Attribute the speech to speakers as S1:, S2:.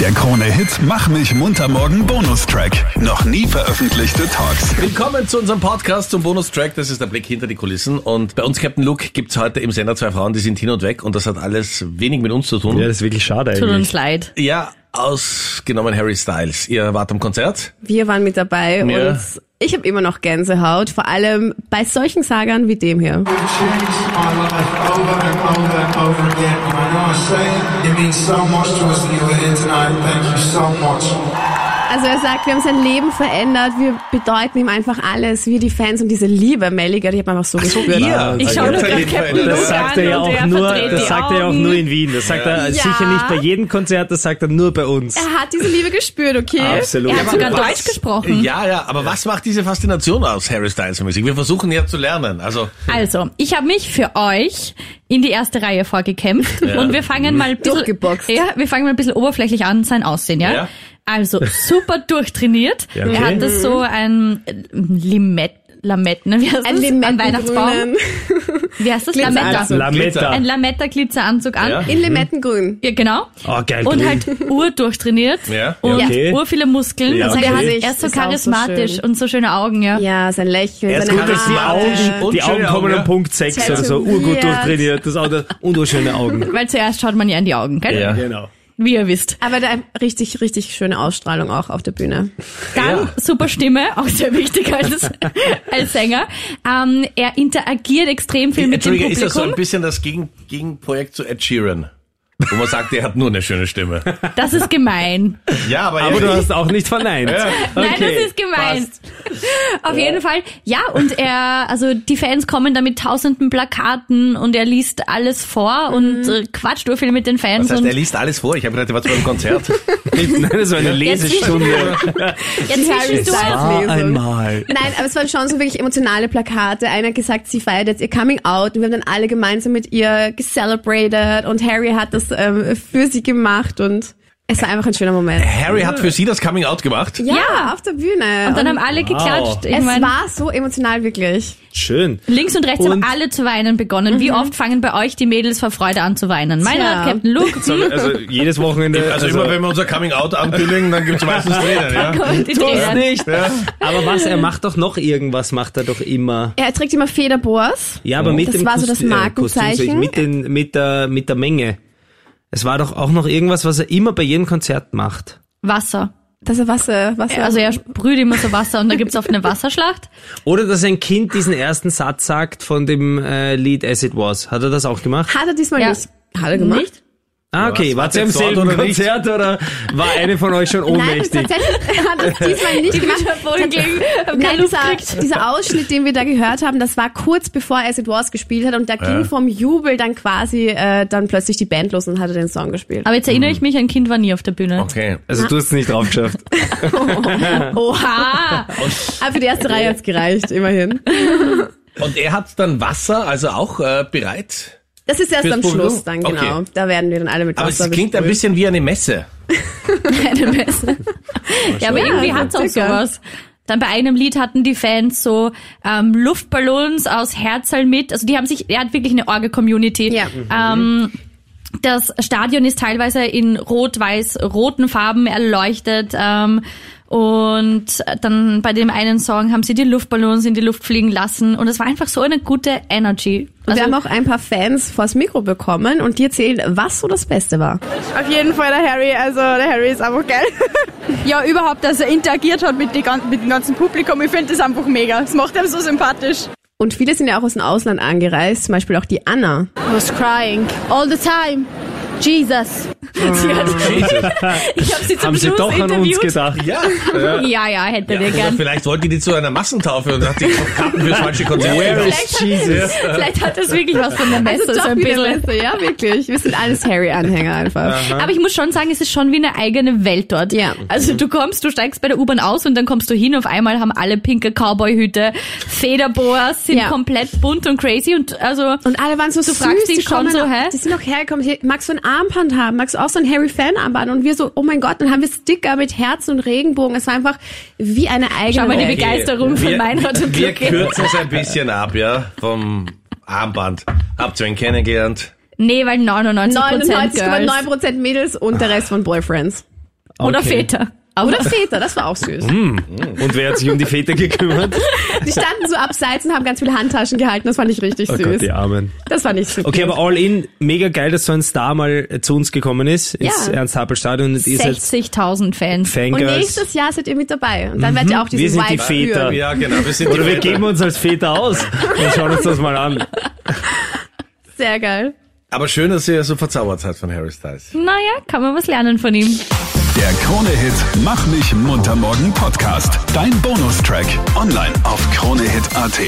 S1: Der Krone-Hit Mach mich munter morgen Bonustrack. Noch nie veröffentlichte Talks.
S2: Willkommen zu unserem Podcast zum Bonustrack. Das ist der Blick hinter die Kulissen. Und bei uns, Captain Luke, gibt's heute im Sender zwei Frauen, die sind hin und weg. Und das hat alles wenig mit uns zu tun.
S3: Ja, das ist wirklich schade
S4: Tut uns
S3: eigentlich.
S4: leid.
S2: Ja, ausgenommen Harry Styles. Ihr wart am Konzert?
S4: Wir waren mit dabei
S2: Ja.
S4: und ich habe immer noch Gänsehaut, vor allem bei solchen Sagern wie dem hier.
S5: It changes my life over and over and over again. And I know I say it, it means so much to us that you were here tonight. Thank you so much.
S4: Also er sagt, wir haben sein Leben verändert, wir bedeuten ihm einfach alles, wir die Fans und diese Liebe, Melliger, die hat man einfach so gespürt.
S2: ihr?
S4: Ich
S2: Also
S4: schau
S2: ihr
S4: nur
S2: seid
S4: grad
S2: nicht
S4: Captain
S2: verändert.
S4: Luke
S3: Das
S4: Lugan
S3: sagt er ja
S4: und
S3: auch
S4: er
S3: nur,
S4: verdreht
S3: das
S4: die
S3: sagt er ja auch
S4: Augen.
S3: nur in Wien. Das sagt er
S4: Ja.
S3: sicher nicht bei jedem Konzert, das sagt er nur bei uns.
S4: Er hat diese Liebe gespürt, okay?
S3: Absolut.
S4: Er hat sogar
S2: was-
S4: Deutsch gesprochen.
S2: Ja, ja, aber was macht diese Faszination aus, Harry Styles Musik? Wir versuchen ja zu lernen. Also,
S6: Also, ich habe mich für euch in die erste Reihe vorgekämpft und wir fangen mal ein bisschen,
S4: Durchgeboxt.
S6: ja, wir fangen mal ein bisschen oberflächlich an, sein Aussehen, ja?
S2: Ja.
S6: Also, super durchtrainiert.
S3: Ja, okay.
S6: Er hatte so ein äh, Limett, Lamett, ne? Wie heißt
S4: Ein
S6: das? ein Weihnachtsbaum.
S4: Limettengrünen.
S6: Wie heißt das?
S4: Glitzeranzug.
S6: Lametta.
S3: Lametta.
S6: Ein Lametta-Glitzeranzug an.
S2: Ja.
S6: Ja.
S4: In Limettengrün.
S6: genau.
S3: Oh, geil.
S6: Und
S3: grün.
S6: halt urdurchtrainiert
S2: Ja.
S6: und
S3: Ja, okay.
S6: ur viele Muskeln.
S3: Ja,
S6: und sein
S3: okay.
S6: Gesicht er ist so
S4: Ist auch so
S6: charismatisch
S4: schön.
S6: und so schöne Augen, ja.
S4: Ja, sein Lächeln,
S2: Er ist
S4: seine
S2: gut, dass die
S4: Haare.
S2: Augen- und
S3: die
S2: schöne
S3: Augen
S2: Augen,
S3: kommen
S2: ja.
S3: am Punkt 6 oder so, urgut
S4: Tätowiert.
S3: durchtrainiert, das Auto und urschöne Augen.
S6: Weil zuerst schaut man ja in die Augen, gell?
S2: Ja.
S3: Genau.
S6: Wie ihr wisst.
S4: Aber da richtig, richtig schöne Ausstrahlung auch auf der Bühne.
S6: Dann
S2: Ja.
S6: super Stimme, auch sehr wichtig als, als Sänger. Ähm, er interagiert extrem viel mit dem
S2: Entschuldige, ist das so
S6: Publikum.
S2: ein bisschen das Gegen Gegenprojekt zu Ed Sheeran? Wo man sagt, er hat nur eine schöne Stimme.
S6: Das ist gemein.
S2: Ja, aber,
S3: Aber
S2: er-
S3: du hast auch nicht verneint.
S6: Nein,
S3: Okay,
S6: das ist gemein.
S3: passt.
S6: Auf jeden Fall. Ja, und er, also die Fans kommen da mit tausenden Plakaten und er liest alles vor
S4: Mhm.
S6: und äh, quatscht nur viel mit den Fans.
S2: das heißt,
S6: und
S2: er liest alles vor. Ich habe gedacht, er war zu einem Konzert.
S3: Nein, das war eine Lesestunde.
S6: jetzt
S4: Harry
S6: wischst
S4: Styles.
S6: du es.
S3: Ah,
S4: Lesung.
S3: einmal.
S4: Nein, aber es waren schon so wirklich emotionale Plakate. Einer hat gesagt, sie feiert jetzt ihr Coming Out und wir haben dann alle gemeinsam mit ihr gecelebrated und Harry hat das ähm, für sie gemacht und es war einfach ein schöner Moment.
S2: Harry hat für sie das Coming Out gemacht.
S4: Ja,
S6: Ja.
S4: auf der Bühne.
S6: Und dann haben alle geklatscht. Ich
S4: es
S6: mein,
S4: war so emotional wirklich.
S3: Schön.
S6: Links und rechts
S3: Und-
S6: haben alle zu weinen begonnen. Wie oft fangen bei euch die Mädels vor Freude an zu weinen? Meiner
S4: Mhm. Tja.
S6: hat Captain Luke.
S2: äh,
S3: So, Also jedes Wochenende.
S2: Also, immer wenn wir unser Coming Out ankündigen, dann gibt's meistens Tränen, ja.
S6: Kommt die
S3: Tu's
S6: Tränen.
S3: nicht. Aber was, er macht doch noch irgendwas, macht er doch immer.
S4: Er trägt immer Federboas.
S3: Ja, aber mit
S4: Das
S3: dem
S4: war so das
S3: Kostü- äh, Kostüm, sag ich,
S4: Markenzeichen.
S3: mit, den, mit, der, mit der Menge. Es war doch auch noch irgendwas, was er immer bei jedem Konzert macht.
S6: Wasser.
S4: Das ist Wasser, Wasser.
S6: Also er sprüht immer so Wasser und da gibt's oft eine Wasserschlacht.
S3: Oder dass ein Kind diesen ersten Satz sagt von dem äh, Lied As It Was. Hat er das auch gemacht?
S4: hat er diesmal
S6: Ja.
S4: nicht. Hat er gemacht?
S6: Nicht?
S3: Ah,
S2: was,
S3: okay. War
S2: was
S3: er im
S2: jetzt dort
S3: selben
S2: oder nicht?
S3: Konzert oder war eine von euch schon
S4: Nein,
S3: ohnmächtig?
S4: tatsächlich hat er diesmal nicht gemacht.
S6: Wohlgelegen.
S4: Nein, dieser, dieser Ausschnitt, den wir da gehört haben, das war kurz bevor As It Was gespielt hat und da ging vom Jubel dann quasi äh, dann plötzlich die Band los und hatte den Song gespielt.
S6: Aber jetzt erinnere ich mich, ein Kind war nie auf der Bühne.
S2: Okay.
S3: also du hast es nicht drauf geschafft.
S6: Oha!
S4: Aber für die erste Reihe hat's gereicht, immerhin.
S2: Und er hat dann Wasser, also auch äh, bereit.
S4: Das ist erst
S2: Fürs
S4: am
S2: Publikum?
S4: Schluss dann, genau.
S2: Okay.
S4: Da werden wir dann alle mit
S2: Aber
S4: Wasser
S2: es klingt ein
S4: besprüht.
S2: bisschen wie eine Messe.
S6: Keine Messe. ja, aber irgendwie hat's auch
S4: circa.
S6: sowas. Dann bei einem Lied hatten die Fans so ähm, Luftballons aus Herzl mit. Also die haben sich, er hat wirklich eine Orgel-Community.
S4: Ja.
S6: Ähm, das Stadion ist teilweise in rot-weiß-roten Farben erleuchtet. Ähm, und dann bei dem einen Song haben sie die Luftballons in die Luft fliegen lassen. Und es war einfach so eine gute Energy. Also
S4: Und wir haben
S7: Also-
S4: auch ein paar Fans vors Mikro bekommen und die erzählen, was so das Beste war.
S7: Auf jeden Fall der Harry, also der Harry ist einfach geil. ja, überhaupt, dass er interagiert hat mit, die, gan- mit dem ganzen Publikum, ich finde das einfach mega. Das macht ihn so sympathisch.
S4: Und viele sind ja auch aus dem Ausland angereist, zum Beispiel auch die Anna.
S7: I was crying all the time. Jesus.
S6: sie hat, ich habe sie zum
S3: Haben sie
S6: Schluss
S3: doch an uns
S6: interviewt.
S3: gedacht.
S2: Ja.
S6: ja, ja, hätte wir
S2: Oder
S6: gern.
S2: Also vielleicht wollten die zu einer Massentaufe und hat die Karten fürs falsche Konzert
S3: Where
S2: gekauft.
S3: is Jesus?
S6: Vielleicht hat das wirklich was von der Messe,
S4: Also
S6: so
S4: doch
S6: ein
S4: wieder
S6: bisschen.
S4: Beste, ja, wirklich. Wir sind alles Harry-Anhänger einfach.
S6: Aber ich muss schon sagen, es ist schon wie eine eigene Welt dort.
S4: Ja.
S6: Also du kommst, du steigst bei der U-Bahn aus und dann kommst du hin. Auf einmal haben alle pinke Cowboy-Hüte, Federboas, sind
S4: Ja.
S6: komplett bunt und crazy und also
S4: Und alle waren so
S6: Du
S4: süß.
S6: fragst
S4: die
S6: dich schon
S4: kommen
S6: so,
S4: auch-
S6: hä?
S4: Die sind auch hergekommen. Hier, magst du ein Armband haben? Magst du auch so ein Harry-Fan-Armband? Und wir so, oh mein Gott, dann haben wir Sticker mit Herzen und Regenbogen. Es war einfach wie eine eigene
S6: schau mal die
S4: Welt.
S6: Begeisterung von
S2: wir,
S6: Meinrad und
S2: Wir
S6: Glück.
S2: kürzen es ein bisschen ab, ja, vom Armband. Habt ihr ihn kennengelernt?
S6: Nee, weil 99 Prozent Girls.
S4: 99,9% Mädels und der Rest von Boyfriends.
S6: Oder
S3: Okay.
S6: Väter.
S4: Oder Väter, das war auch süß.
S3: Mhm. Und wer hat sich um die Väter gekümmert? Oh
S4: Die standen so abseits und haben ganz viele Handtaschen gehalten. Das fand ich richtig
S3: Oh
S4: süß.
S3: Gott, die Armen.
S4: Das war nicht so
S3: Okay,
S4: cute.
S3: aber all in, mega geil, dass so ein Star mal äh, zu uns gekommen ist, ins
S4: Ja.
S3: Ernst-Happel-Stadion und ihr seid
S6: 60.000 Fans.
S4: Und
S3: Fangirls.
S4: nächstes Jahr seid ihr mit dabei. Und dann werdet ihr auch
S3: Mhm. Wir
S4: diesen
S3: sind die
S4: Vibe
S3: Väter.
S4: spüren.
S2: Ja, genau. Wir sind
S3: Oder
S2: die
S3: wir
S2: Väter.
S3: geben uns als Väter aus und schauen uns das mal an.
S4: Sehr geil.
S2: Aber schön, dass ihr so verzaubert seid von Harry Styles.
S6: Naja, kann man was lernen von ihm.
S1: Der Krone-Hit Mach mich munter morgen Podcast. Dein Bonustrack. Online auf kronehit.at.